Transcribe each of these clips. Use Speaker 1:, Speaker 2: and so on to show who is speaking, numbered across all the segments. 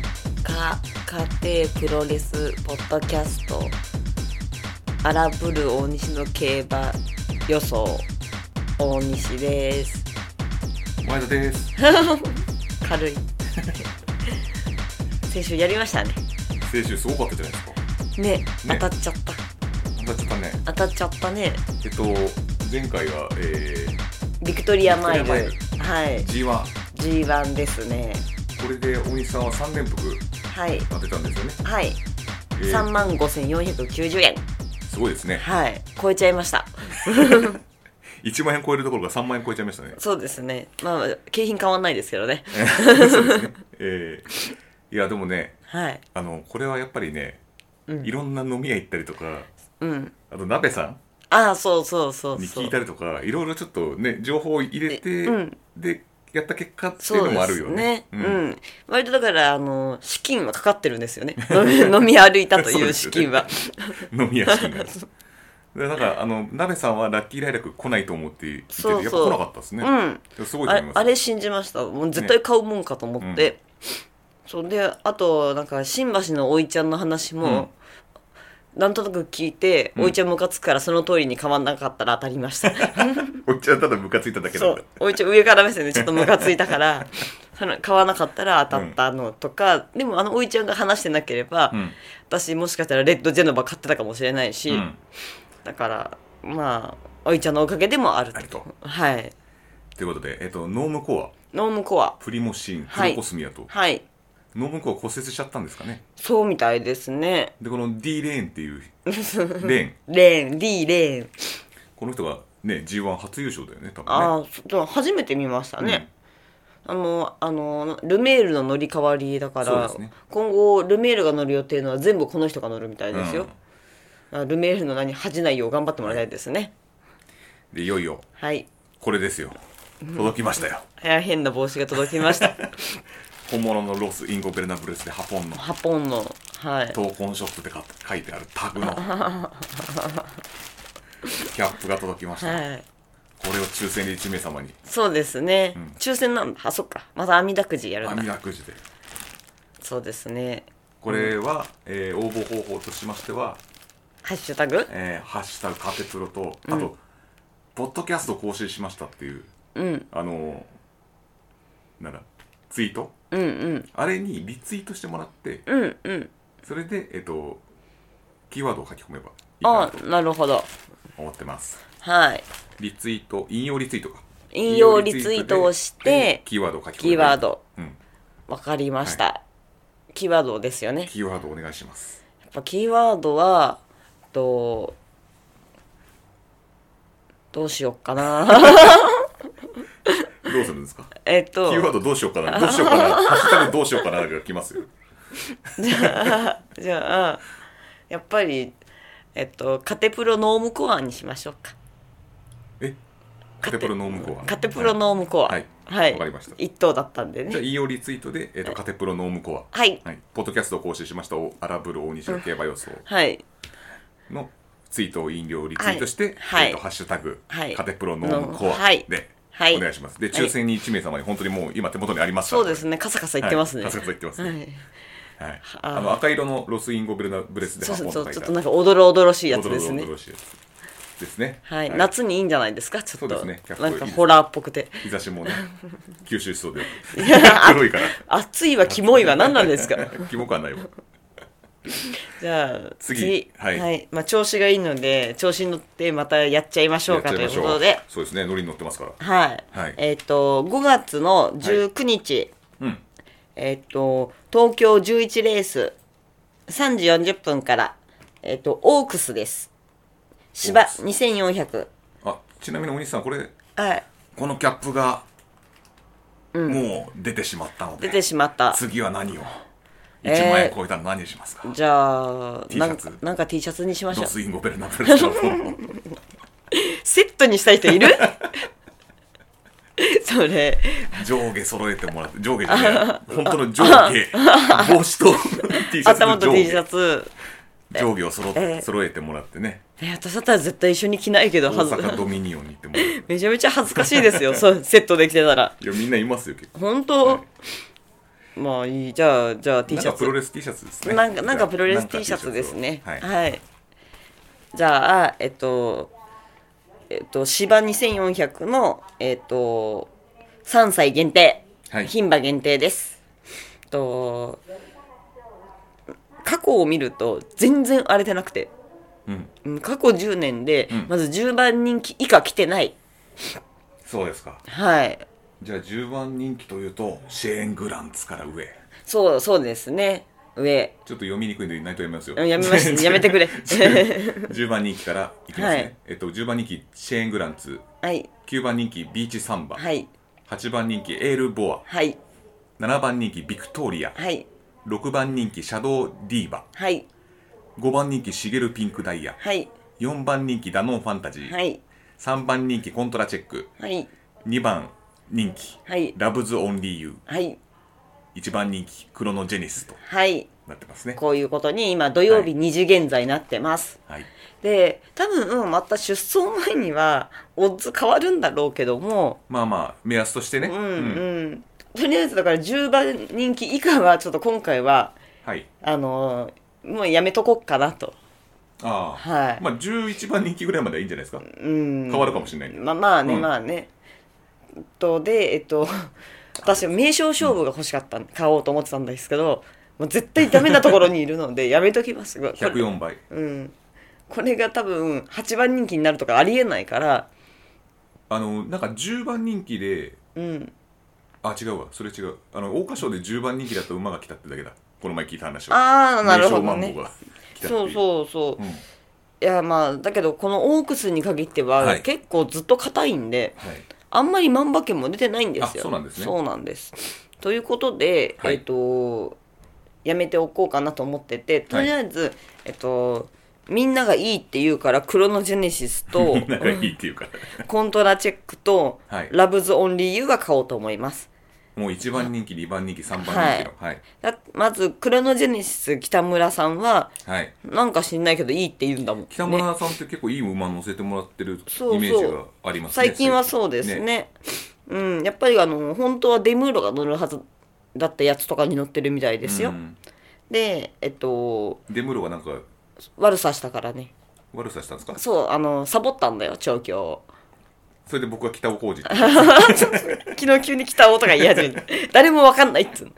Speaker 1: 家庭プロレスポッドキャスト荒ぶる大西の競馬予想大西です
Speaker 2: 前田です
Speaker 1: 軽 い先週やりましたね
Speaker 2: 先週すごかったじゃないですか
Speaker 1: ね
Speaker 2: ね
Speaker 1: 当たっちゃった
Speaker 2: 当たっちゃったね
Speaker 1: 当たっちゃったね
Speaker 2: えっと前回は、え
Speaker 1: ビクトリアマイル
Speaker 2: ビクトリア
Speaker 1: はい
Speaker 2: ー、G1
Speaker 1: G1 ですね
Speaker 2: これで大西さんは3連複
Speaker 1: はい
Speaker 2: 当てたんですよね、
Speaker 1: はい
Speaker 2: えー
Speaker 1: 3万5490円
Speaker 2: すごいですね
Speaker 1: はい超えちゃいました
Speaker 2: 1万円超えるところが3万円超えちゃいまし たね
Speaker 1: そうですねまあ景品変わんないですけどね
Speaker 2: そうですねえー、いやでもね
Speaker 1: はい
Speaker 2: あのこれはやっぱりね
Speaker 1: うん
Speaker 2: いろんな飲み屋行ったりとか
Speaker 1: うん
Speaker 2: あと鍋さ
Speaker 1: ああそうそうそうん
Speaker 2: に
Speaker 1: そう
Speaker 2: 聞いたりとかいろいろちょっとね情報を入れて、
Speaker 1: えうん
Speaker 2: でやった結果っていう
Speaker 1: そう
Speaker 2: の
Speaker 1: で
Speaker 2: もある
Speaker 1: す
Speaker 2: よ
Speaker 1: ね
Speaker 2: ね。
Speaker 1: うん、割とだからあの資金はかかってるんですよね 飲み飲み歩いたという資金は
Speaker 2: 飲み屋資金が でなんかあの鍋さんはラッキー来楽来ないと思って言ってて
Speaker 1: そう
Speaker 2: やっぱ
Speaker 1: そう
Speaker 2: 来なかったですね、
Speaker 1: うん
Speaker 2: いやすごいと
Speaker 1: あ
Speaker 2: 思い
Speaker 1: れ
Speaker 2: ます
Speaker 1: あれ信じましたもう絶対買うもんかと思って、そうであとなんか新橋のおいちゃんの話も、なんとなく聞いて、
Speaker 2: うん
Speaker 1: おいちゃんムカつくからその通りに変わんなかったら当たりま した
Speaker 2: おっちゃんただムカついただけ
Speaker 1: そ
Speaker 2: なんだ
Speaker 1: うおいちゃん上から目線でちょっとムカついたからその買わなかったら当たったのとか、でもあのおいちゃんが話してなければ、
Speaker 2: うん
Speaker 1: 私もしかしたらレッドジェノバ買ってたかもしれないし、
Speaker 2: うん
Speaker 1: だからまあおいちゃんのおかげでもある
Speaker 2: あると
Speaker 1: はい
Speaker 2: ということで、えっと、ノームコア
Speaker 1: ノームコア
Speaker 2: プリモシーンプ
Speaker 1: はい
Speaker 2: ロコスミアと、
Speaker 1: はい
Speaker 2: ノームコア骨折しちゃったんですかね
Speaker 1: そうみたいですね
Speaker 2: でこの D レーンって いうレーン
Speaker 1: レーン D レーン
Speaker 2: この人がね G1 初優勝だよね多分ね
Speaker 1: ああちょっと初めて見ましたね、あのあのルメールの乗り代わりだか
Speaker 2: そう
Speaker 1: ら、
Speaker 2: ですね
Speaker 1: 今後ルメールが乗る予定のは全部この人が乗るみたい
Speaker 2: うん
Speaker 1: ですよ
Speaker 2: うん、
Speaker 1: あルメールの名に恥じないよう頑張ってもらいたいですね
Speaker 2: でいよいよ
Speaker 1: はい
Speaker 2: これですよ届きましたよ
Speaker 1: 大変な帽子が届きました
Speaker 2: 本物のロスインゴベルナブレスでハポンの
Speaker 1: ハポンのはい
Speaker 2: 闘魂ショップってか書いてある タグのキャップが届きました、
Speaker 1: はい
Speaker 2: これを抽選で1名様に
Speaker 1: そうですね、
Speaker 2: ん
Speaker 1: 抽選なんだあそっかまた網だくじやるんだ
Speaker 2: 網楽じで
Speaker 1: そうですね
Speaker 2: これは、えー応募方法としましては
Speaker 1: ハッシュタグ
Speaker 2: 「えーハッシュタグカテプロと」あと、ポッドキャスト更新しました」っていう、
Speaker 1: ん
Speaker 2: あのーなんだツイート
Speaker 1: うんうん
Speaker 2: あれにリツイートしてもらって
Speaker 1: うんうん
Speaker 2: それでえっ、とキーワードを書き込めばいいかな
Speaker 1: あ
Speaker 2: と
Speaker 1: なるほど
Speaker 2: 思ってます
Speaker 1: はい
Speaker 2: リツイート引用リツイートか
Speaker 1: 引用リツイートをして
Speaker 2: でキーワードを書き込めば
Speaker 1: キーワード
Speaker 2: うん
Speaker 1: わかりました、キーワードですよね
Speaker 2: キーワードお願いします
Speaker 1: やっぱキーワードはえっとどうしよっか な
Speaker 2: どうするんです か
Speaker 1: えっ
Speaker 2: キ
Speaker 1: と
Speaker 2: ーワードどうしようかなどうしようか なハッシュタグどうしようかなが来ますよ
Speaker 1: じゃあやっぱりえっとカテプロノームコアにしましょうか
Speaker 2: えカテプロノームコア
Speaker 1: カテプロノームコア
Speaker 2: はい
Speaker 1: はい
Speaker 2: わかりました
Speaker 1: 一等だったんで
Speaker 2: じゃあ
Speaker 1: ね
Speaker 2: 引用リツイートで、えー、とカテプロノームコア
Speaker 1: はい
Speaker 2: はい、ポッドキャストを更新しましたお荒ぶる大西の競馬予想
Speaker 1: はい
Speaker 2: のツイートを引用リツイートして、
Speaker 1: はい
Speaker 2: えーとハッシュタグ、
Speaker 1: はい
Speaker 2: カテプロノームコ
Speaker 1: ノーム
Speaker 2: ア
Speaker 1: はい
Speaker 2: で、
Speaker 1: はい
Speaker 2: お願いします。で、
Speaker 1: はい
Speaker 2: 抽選に1名様に本当にもう今手元にありますから
Speaker 1: そうですねカサカサ言ってますね
Speaker 2: はいカサカサ言ってますね
Speaker 1: はい
Speaker 2: はい、
Speaker 1: あー
Speaker 2: あの赤色のロスインゴベルナブレスで
Speaker 1: そうそうそう
Speaker 2: 箱の
Speaker 1: ちょ
Speaker 2: 中
Speaker 1: っ
Speaker 2: に
Speaker 1: となんかおどろおどろしいやつです
Speaker 2: 驚
Speaker 1: ね
Speaker 2: 々しいやつですね。
Speaker 1: はい、夏にいいんじゃないですかちょっ
Speaker 2: そ
Speaker 1: と、
Speaker 2: うですね結構
Speaker 1: ない
Speaker 2: い
Speaker 1: ん
Speaker 2: です
Speaker 1: かホラーっぽくて
Speaker 2: 日差し もね、吸収しそうで、
Speaker 1: や
Speaker 2: 黒いから。
Speaker 1: 暑いはキモいは何なんですか
Speaker 2: キモくはないわ。
Speaker 1: じゃあ
Speaker 2: 次
Speaker 1: は、
Speaker 2: はいい
Speaker 1: まあ、調子がいいので調子に乗ってまたやっちゃいましょうかということで
Speaker 2: そうですね、ノリに乗ってますから。
Speaker 1: はい、
Speaker 2: はい
Speaker 1: えっ、と5月の19日、
Speaker 2: うん。
Speaker 1: えっ、と東京11レース3時40分からえっ、とオークスです芝
Speaker 2: オークス
Speaker 1: 2400
Speaker 2: あ、ちなみにお兄さん、これ、
Speaker 1: はい
Speaker 2: このキャップが、もう出てしまったので、
Speaker 1: 出てしまった
Speaker 2: 次は何を ?1
Speaker 1: えー
Speaker 2: 万円超えたら何にしますか、
Speaker 1: じゃあ
Speaker 2: T シ
Speaker 1: な
Speaker 2: ャ
Speaker 1: ん
Speaker 2: ツ
Speaker 1: かなんか T シャツにしましょ
Speaker 2: ロ
Speaker 1: う
Speaker 2: スインゴベルナブレスの
Speaker 1: セットにしたい 人いるそれ
Speaker 2: 上下揃えてもらって、上下じゃ ない、本当の上下、帽子と T シャツ
Speaker 1: 頭
Speaker 2: の
Speaker 1: と
Speaker 2: 上
Speaker 1: T シャ
Speaker 2: 下
Speaker 1: ツ
Speaker 2: 上下を揃っ
Speaker 1: えー
Speaker 2: 揃えてもらってね、
Speaker 1: え私だったら絶対一緒に着ないけど
Speaker 2: 大
Speaker 1: はず
Speaker 2: 阪ドミニオンに行ってもらう。
Speaker 1: めちゃめちゃ恥ずかしいですよそうセットできてたら
Speaker 2: いや、みんないますよ、結構。
Speaker 1: 本当、まあいいじゃあじゃあ T
Speaker 2: なん
Speaker 1: シャ
Speaker 2: か
Speaker 1: ツ
Speaker 2: プロレス T シャツですね
Speaker 1: なんかなん
Speaker 2: じゃ
Speaker 1: か
Speaker 2: あ
Speaker 1: プロレス
Speaker 2: なんか
Speaker 1: T シャツですね。
Speaker 2: は
Speaker 1: はいい、じゃあえっとえっと芝2400のえっと3歳限定、
Speaker 2: はい
Speaker 1: 牝馬限定です。えっと過去を見ると全然荒れてなくて、
Speaker 2: うん
Speaker 1: うん過去10年で、
Speaker 2: うん
Speaker 1: まず10番人気以下来てない。
Speaker 2: そうですか
Speaker 1: はい。
Speaker 2: じゃあ10番人気というとシェーン・グランツから上
Speaker 1: そうそうですね。上
Speaker 2: ちょっと読みにくいので内藤やめますよ
Speaker 1: うんやめま しやめてくれ。
Speaker 2: 10番人気からいきます
Speaker 1: は
Speaker 2: ね、
Speaker 1: い
Speaker 2: えっと10番人気シェーン・グランツ
Speaker 1: はい
Speaker 2: 9番人気ビーチサンバ、
Speaker 1: はい
Speaker 2: 8番人気エール・ボ
Speaker 1: はい
Speaker 2: ア7番人気ビクトーリア
Speaker 1: はい
Speaker 2: 6番人気シャドウ・ディーバ
Speaker 1: はい
Speaker 2: 5番人気シゲル・ピンク・ダイヤ
Speaker 1: はい
Speaker 2: 4番人気ダノン・ファンタジー、
Speaker 1: はい
Speaker 2: 3番人気コントラチェック
Speaker 1: はい
Speaker 2: 2番人気
Speaker 1: はい
Speaker 2: ラブズ・オンリー・ユ
Speaker 1: はい
Speaker 2: ー1番人気クロノジェニスと
Speaker 1: はい
Speaker 2: なってますね
Speaker 1: こういうことに今土曜日2時現在なってます、
Speaker 2: はい
Speaker 1: で多分また出走前にはオッズ変わるんだろうけども
Speaker 2: まあまあ目安としてね
Speaker 1: う
Speaker 2: うん
Speaker 1: うん、とりあえずだから10番人気以下はちょっと今回は
Speaker 2: はい
Speaker 1: あのーもうやめとこっかなと
Speaker 2: ああ
Speaker 1: はい
Speaker 2: まあ11番人気ぐらいまではいいんじゃないですか
Speaker 1: うん
Speaker 2: 変わるかもしれないけど
Speaker 1: まあまあね、
Speaker 2: うん
Speaker 1: まあねとでえっと 私は名称勝負が欲しかった、ん、買おうと思ってたんですけどもう絶対ダメなところにいるのでやめときます これ
Speaker 2: 104倍
Speaker 1: うん、これが多分8番人気になるとかありえないから
Speaker 2: あのなんか10番人気で
Speaker 1: うん
Speaker 2: あ違うわそれ違うあの桜花賞で10番人気だった馬が来たってだけだこの前聞いた話は
Speaker 1: ああなるほど
Speaker 2: 名称マン
Speaker 1: ね
Speaker 2: ボウが来たってい
Speaker 1: そうそうそう、
Speaker 2: うん
Speaker 1: いやまあだけどこのオークスに限っては、
Speaker 2: はい
Speaker 1: 結構ずっと硬いんで
Speaker 2: はい
Speaker 1: あんまり万馬券も出てないんですよ
Speaker 2: あそうなんですね
Speaker 1: そうなんですということで、
Speaker 2: はい
Speaker 1: えっ、とやめておこうかなと思っててとりあえず、えっとみんながいいって言うからクロノジェネシスと
Speaker 2: みんながいいっていうか
Speaker 1: コントラチェックと、
Speaker 2: はい
Speaker 1: ラブズ・オンリー・ユーが買おうと思います
Speaker 2: もう1番人気2番人気3番人気のはい
Speaker 1: だまずクロノジェネシス北村さんは
Speaker 2: はい
Speaker 1: なんか知んないけどいいって言うんだもん、ね、
Speaker 2: 北村さんって結構いい馬乗せてもらってるイメ
Speaker 1: そうそう
Speaker 2: ージがありますね
Speaker 1: 最近はそうですねうんやっぱりあの本当はデムーロが乗るはずだったやつとかに乗ってるみたいですよ、
Speaker 2: うん
Speaker 1: でえっと
Speaker 2: デムロがなんか
Speaker 1: 悪さしたからね
Speaker 2: 悪さしたんですか
Speaker 1: そうあのサボったんだよ調教を
Speaker 2: それで僕は北尾浩二って
Speaker 1: 昨日急に北尾とか言い始め て誰もわかんないっつうの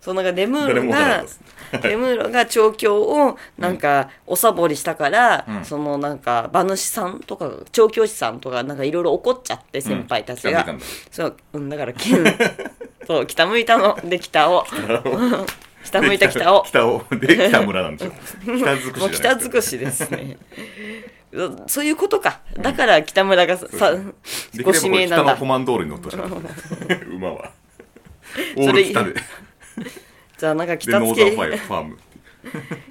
Speaker 1: そうなんかデムー
Speaker 2: 誰
Speaker 1: ロ
Speaker 2: もわからなか
Speaker 1: が
Speaker 2: ったです
Speaker 1: デムーロが調教をなんかおさぼりしたから、
Speaker 2: うん
Speaker 1: そのなんか馬主さんとか調教師さんとかなんかいろいろ怒っちゃって 先輩たちが、
Speaker 2: うん北向い
Speaker 1: そううんだから金 そう北向いたので北尾下向いた 北尾
Speaker 2: 北尾で北村なんですよ北尽くし
Speaker 1: もう
Speaker 2: じ
Speaker 1: 北
Speaker 2: ゃないです
Speaker 1: 尽
Speaker 2: か
Speaker 1: くしですねそそういうことかだから北村がさ、
Speaker 2: うん
Speaker 1: さ
Speaker 2: でき
Speaker 1: ご
Speaker 2: ればこ
Speaker 1: 指
Speaker 2: れ
Speaker 1: 名な
Speaker 2: 北
Speaker 1: ん
Speaker 2: の
Speaker 1: だ
Speaker 2: コマンドールに乗ってほしかった ですね馬は オ
Speaker 1: れ
Speaker 2: ール北で
Speaker 1: じゃあなんか
Speaker 2: で
Speaker 1: 北
Speaker 2: ノ
Speaker 1: つ
Speaker 2: ーザン
Speaker 1: け
Speaker 2: ファイファーム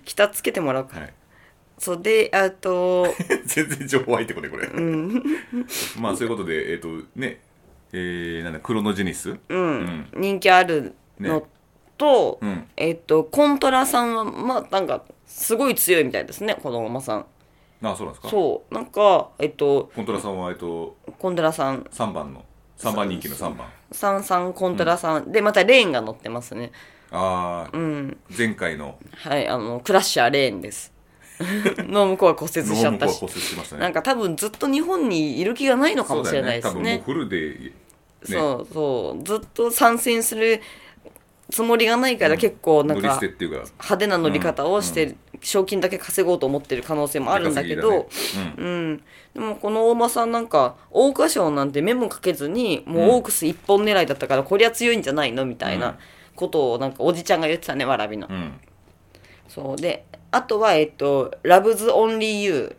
Speaker 1: 北つけてもらおうか、
Speaker 2: はい
Speaker 1: そうであ と
Speaker 2: 全然情報入ってこないこれまあそういうことでえっとねえーなんだクロノジェニス
Speaker 1: うん、人気あるのと、
Speaker 2: ねうん
Speaker 1: えっとコントラさんはまあなんかすごい強いみたいですねこのおまさん
Speaker 2: ああそうなんですか
Speaker 1: そうなんかえっと
Speaker 2: コントラさんはえっと
Speaker 1: コントラさん
Speaker 2: 3番の3番人気の3番
Speaker 1: さんさんコントラさん、でまたレーンが乗ってますね
Speaker 2: ああ
Speaker 1: うん
Speaker 2: 前回の
Speaker 1: はいあのクラッシャーレーンです の向こうは骨折
Speaker 2: ノ
Speaker 1: しちゃ
Speaker 2: ー
Speaker 1: っ
Speaker 2: ム
Speaker 1: た
Speaker 2: コア
Speaker 1: し
Speaker 2: 骨折しましたね
Speaker 1: なんか多分ずっと日本にいる気がないのかもしれないです
Speaker 2: そうだよ
Speaker 1: ね
Speaker 2: 多分もうフルで、ね、
Speaker 1: そうそうずっと参戦するつもりがないから結構なん
Speaker 2: 乗り捨
Speaker 1: か
Speaker 2: てっていうか
Speaker 1: 派手な乗り方をして、賞金だけ稼ごうと思ってる可能性もあるんだけど、
Speaker 2: 出稼ぎだね
Speaker 1: うん、でもこの大間さんなんか桜花賞なんて目もかけずにもうオークス一本狙いだったからこりゃ強いんじゃないのみたい
Speaker 2: うん
Speaker 1: なことをなんかおじちゃんが言ってたねわらびの。
Speaker 2: うん、うん、
Speaker 1: そうであとはえっと「ラブズ・オンリー・ユー」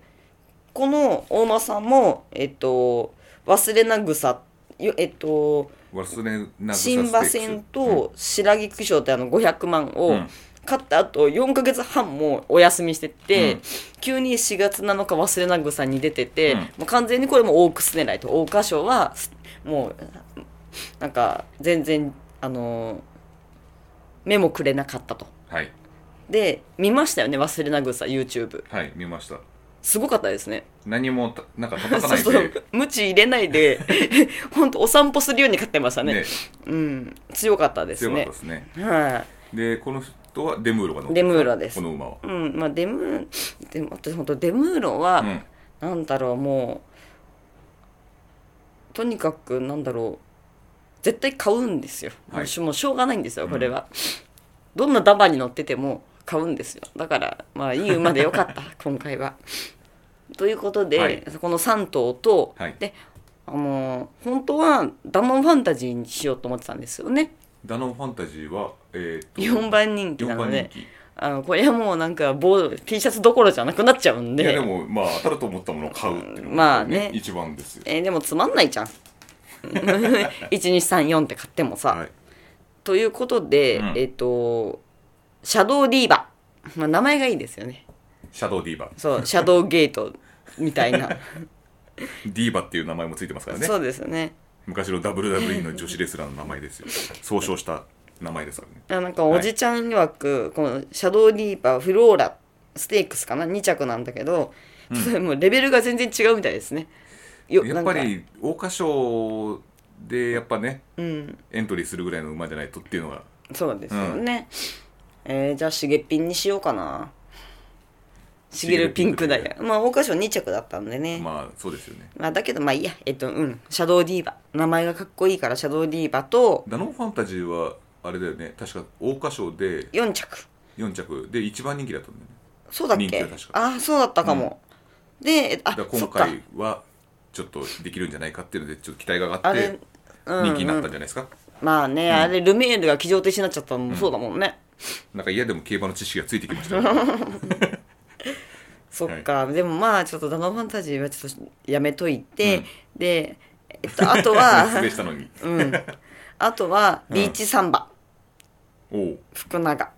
Speaker 1: この大間さんもえっと「忘れな草」よえっと
Speaker 2: 忘れなく
Speaker 1: 新馬戦と白木区賞ってあの500万を、
Speaker 2: うん
Speaker 1: 勝った後4ヶ月半もお休みしてて、
Speaker 2: うん
Speaker 1: 急に4月7日忘れなぐさに出てて、
Speaker 2: うん
Speaker 1: もう完全にこれもオークス狙いと桜花賞はもうなんか全然あのー目もくれなかったと
Speaker 2: はい
Speaker 1: で見ましたよね忘れなぐさ YouTube
Speaker 2: はい見ました
Speaker 1: すごかったですね。
Speaker 2: 何もたなんか叩 か
Speaker 1: そう
Speaker 2: ないで
Speaker 1: そう。無知入れない で、ほんとお散歩するように買ってましたね。
Speaker 2: ね
Speaker 1: うん。強かったです
Speaker 2: 強かった
Speaker 1: ね
Speaker 2: で。すね
Speaker 1: はい。
Speaker 2: でこの人はデムーロが乗って
Speaker 1: デムーロです
Speaker 2: この馬は、
Speaker 1: うん、まあデムー、でも私本当デムーロは、
Speaker 2: うん、
Speaker 1: なんだろう、もう、とにかく、なんだろう、絶対買うんですよ。
Speaker 2: はい
Speaker 1: もうしもうしょうがないんですよ、これは。どんなダバに乗ってても買うんですよ。だから、まあ、いい馬でよか った、今回は。ということで、
Speaker 2: はい
Speaker 1: この3頭と、
Speaker 2: はい
Speaker 1: で、あのー本当はダモンファンタジーにしようと思ってたんですよね。
Speaker 2: ダノンファンタジーは、えー、と
Speaker 1: 4番人気な
Speaker 2: 4
Speaker 1: の
Speaker 2: 番
Speaker 1: で
Speaker 2: 人。気
Speaker 1: あのこれはもうなんか棒 T シャツどころじゃなくなっちゃうんで
Speaker 2: いやでもまあ当たると思ったものを買うっていうのが、
Speaker 1: まあね
Speaker 2: 一番ですよ
Speaker 1: えーでもつまんないじゃん 1234って買ってもさ、
Speaker 2: はい
Speaker 1: ということで、
Speaker 2: うん
Speaker 1: えっ、とシャドウディーバ、まあ、名前がいいですよね
Speaker 2: シャドウディーバ
Speaker 1: そうシャドウゲートみたいな、
Speaker 2: ディーバっていう名前もついてますからね
Speaker 1: そうですよね
Speaker 2: 昔の WWE の女子レスラーの名前で すよ総称した名前ですから
Speaker 1: あ
Speaker 2: ね
Speaker 1: なんかおじちゃん曰く、このシャドウディーバーフローラステークスかな2着なんだけど、それもうレベルが全然違うみたいですねよ
Speaker 2: やっぱ
Speaker 1: なんか
Speaker 2: り桜花賞でやっぱね
Speaker 1: うん
Speaker 2: エントリーするぐらいの馬じゃないとっていうのが
Speaker 1: そうですよね、えーじゃあしげぴんにしようかなしげるピンクダイヤまあ桜花賞2着だったんでね、まあ
Speaker 2: まあそうですよね
Speaker 1: だけどまあいいやえっとうんシャドウディーバ名前がかっこいいからシャドウディーバと
Speaker 2: ダノンファンタジーはあれだよね確か桜花賞で
Speaker 1: 4着
Speaker 2: 4着で一番人気だったんだよね
Speaker 1: そうだっ
Speaker 2: 人気
Speaker 1: け
Speaker 2: は確か
Speaker 1: ああそうだったかも、でえあ
Speaker 2: だか
Speaker 1: そ
Speaker 2: ら今
Speaker 1: っか
Speaker 2: 回はちょっとできるんじゃないかっていうのでちょっと期待が上が
Speaker 1: あ
Speaker 2: っ
Speaker 1: れ
Speaker 2: て人気になったんじゃないですか、
Speaker 1: まあね、あれルメールが騎乗停止になっちゃったのもそうだもんね、
Speaker 2: なんか嫌でも競馬の知識がついてきましたね
Speaker 1: そっか、でもまあちょっとダノンファンタジーはちょっとやめといて、でえっとあと は
Speaker 2: 失礼したのに
Speaker 1: うん、あとはビーチサンバ、
Speaker 2: おう
Speaker 1: 福永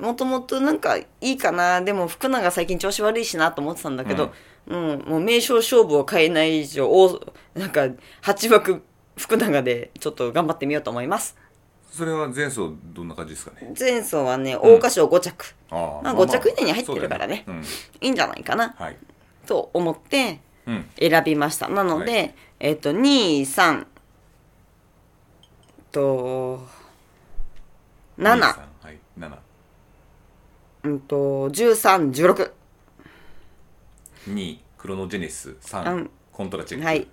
Speaker 1: もともとなんかいいかなでも福永最近調子悪いしなと思ってたんだけど、うんもう名称勝負を変えない以上おなんか8枠福永でちょっと頑張ってみようと思います
Speaker 2: それは前走どんな感じですかね
Speaker 1: 前走はね桜花賞5着、
Speaker 2: あ
Speaker 1: まあ5着以内に入ってるからね
Speaker 2: そうだよね
Speaker 1: いいんじゃないかな
Speaker 2: うん、はい、
Speaker 1: と思って
Speaker 2: うん、
Speaker 1: 選びましたなので、えっ、と23と
Speaker 2: 二
Speaker 1: 7
Speaker 2: 三はい七
Speaker 1: うんと、13、16。
Speaker 2: 二クロノジェネシス三、
Speaker 1: うん
Speaker 2: コントラチェック、
Speaker 1: はい、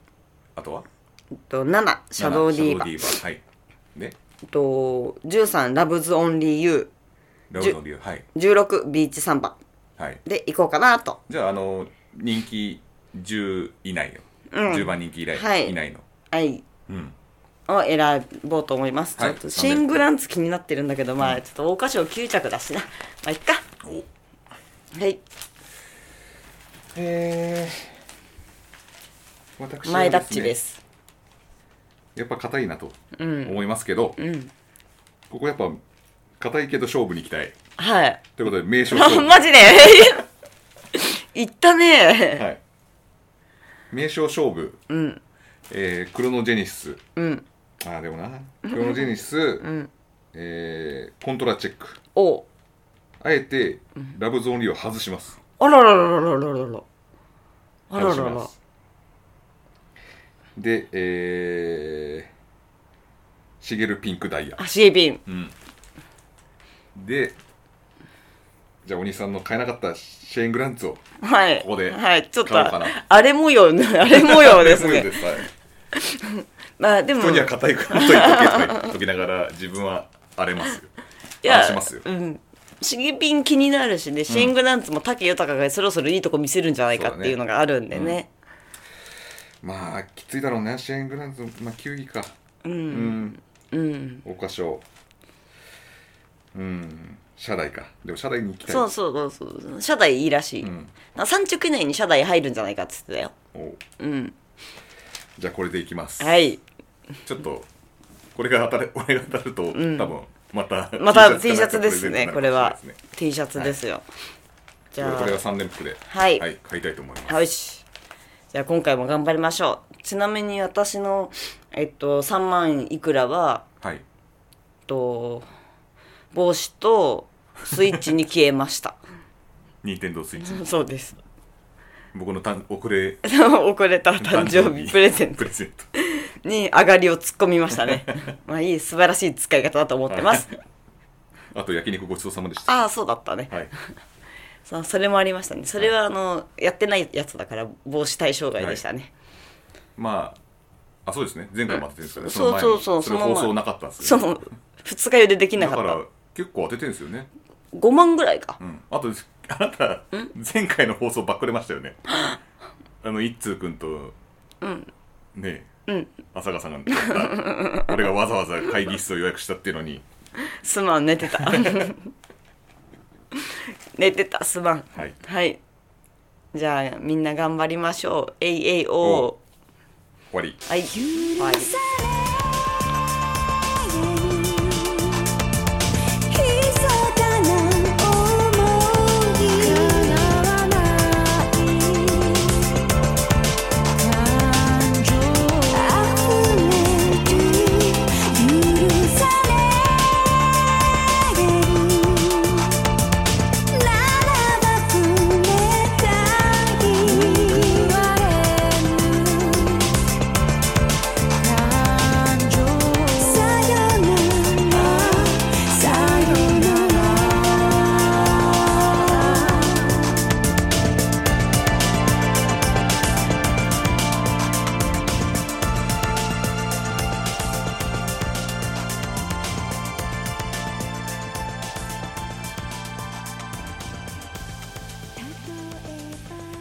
Speaker 2: あとは
Speaker 1: えっと、7、シャドウディーバー。
Speaker 2: シャドウディーバはいで
Speaker 1: えっと、13、ラブズオンリーユ
Speaker 2: ラブの理由はい
Speaker 1: ー。16、ビーチサンバ。
Speaker 2: はい
Speaker 1: で、行こうかなと。
Speaker 2: じゃああの人気10以内の、
Speaker 1: うん
Speaker 2: 10番人気以内,、
Speaker 1: はい
Speaker 2: 以内の
Speaker 1: はい。
Speaker 2: うん
Speaker 1: を選ぼうと思います。
Speaker 2: はい
Speaker 1: ちょっと、シングランツ気になってるんだけど、まあ、ちょっと、大花賞9着だしな。まあ、いっか。
Speaker 2: お
Speaker 1: はい。
Speaker 2: えー、私はね
Speaker 1: 前ダッチです。
Speaker 2: やっぱ硬いなと思いますけど、ここやっぱ硬いけど勝負に行きたい
Speaker 1: はい。
Speaker 2: ということで名勝
Speaker 1: あ
Speaker 2: 勝、負、
Speaker 1: マジで行ったね。
Speaker 2: はい、名勝勝負、
Speaker 1: うん。
Speaker 2: えークロノジェニシス
Speaker 1: うん。
Speaker 2: あーでもなクロノジェ ニシス、えーコントラチェック
Speaker 1: お
Speaker 2: あえてラブゾーンリーを外します
Speaker 1: あらららららららら。あら
Speaker 2: 外
Speaker 1: ら
Speaker 2: し
Speaker 1: ら
Speaker 2: ま
Speaker 1: ら。
Speaker 2: すでえー、シゲルピンクダイヤ
Speaker 1: あ、シービン。
Speaker 2: でじゃあお兄さんの買えなかったシェーン・グランツを
Speaker 1: はい。
Speaker 2: ここで
Speaker 1: はい。ちょっと
Speaker 2: 買おうかな、
Speaker 1: あれ模様、あれ模様 です
Speaker 2: そう
Speaker 1: ね。
Speaker 2: ですはい
Speaker 1: まあでも、
Speaker 2: 人には硬いからと言っとけとか言っときながら自分は荒れますよ
Speaker 1: いや
Speaker 2: 話しますよ
Speaker 1: うん。シゲピン気になるしね、シングランツも竹豊がそろそろいいとこ見せるんじゃないかっていうのがあるんでね。
Speaker 2: まあきついだろうねシェーン・グランツまあ球技かうん、うん、お菓子をうん車台かでも車台に行きたい
Speaker 1: そうそうそうそう。車台いいらしい。
Speaker 2: ん
Speaker 1: な3着以内に車台入るんじゃないかって言ってたよ。
Speaker 2: お
Speaker 1: うん。
Speaker 2: じゃあこれでいきます、
Speaker 1: はい。
Speaker 2: ちょっとこれが当たる俺が当たると、多分また
Speaker 1: また T シャツですね、これは
Speaker 2: これ。
Speaker 1: T シャツですよ。じ
Speaker 2: これ
Speaker 1: ゃあ
Speaker 2: これ、は3連服では
Speaker 1: はい
Speaker 2: 買いたいと思います
Speaker 1: よし。じゃあ今回も頑張りましょう。ちなみに私の、えっと、3万いくらは、
Speaker 2: は
Speaker 1: え
Speaker 2: い
Speaker 1: っと帽子 とスイッチに消えました
Speaker 2: 任天堂スイッチ
Speaker 1: そうです
Speaker 2: 僕のたん遅れ
Speaker 1: 遅れた誕生日プレゼント
Speaker 2: プレゼント
Speaker 1: に上がりを突っ込みました ねまあいい素晴らしい使い方だと思ってます
Speaker 2: はいあと焼肉ごちそうさまでした
Speaker 1: ああそうだったね、
Speaker 2: はい
Speaker 1: そうそれもありましたねそれはあのやってないやつだから防止対象外でしたね、
Speaker 2: まああそうですね前回も当ててるんですか
Speaker 1: うん
Speaker 2: ね、その前に
Speaker 1: そうそうそう
Speaker 2: それ
Speaker 1: その
Speaker 2: 放
Speaker 1: 前
Speaker 2: 送なかったんですよ
Speaker 1: その二日酔いでできな
Speaker 2: だ
Speaker 1: かっ
Speaker 2: か
Speaker 1: た
Speaker 2: ら結構当ててるんですよね
Speaker 1: 5万ぐらいか
Speaker 2: うんあとあなた前回の放送ばっくれましたよ ねあの一通くんとねえ、朝香さんがやった俺がわざわざ会議室を予約したっていうのに
Speaker 1: すまん寝てた 寝てたすまん
Speaker 2: はい
Speaker 1: はいじゃあみんな頑張りましょうえいえいお
Speaker 2: 終わり
Speaker 1: ーはい、はい
Speaker 3: 許され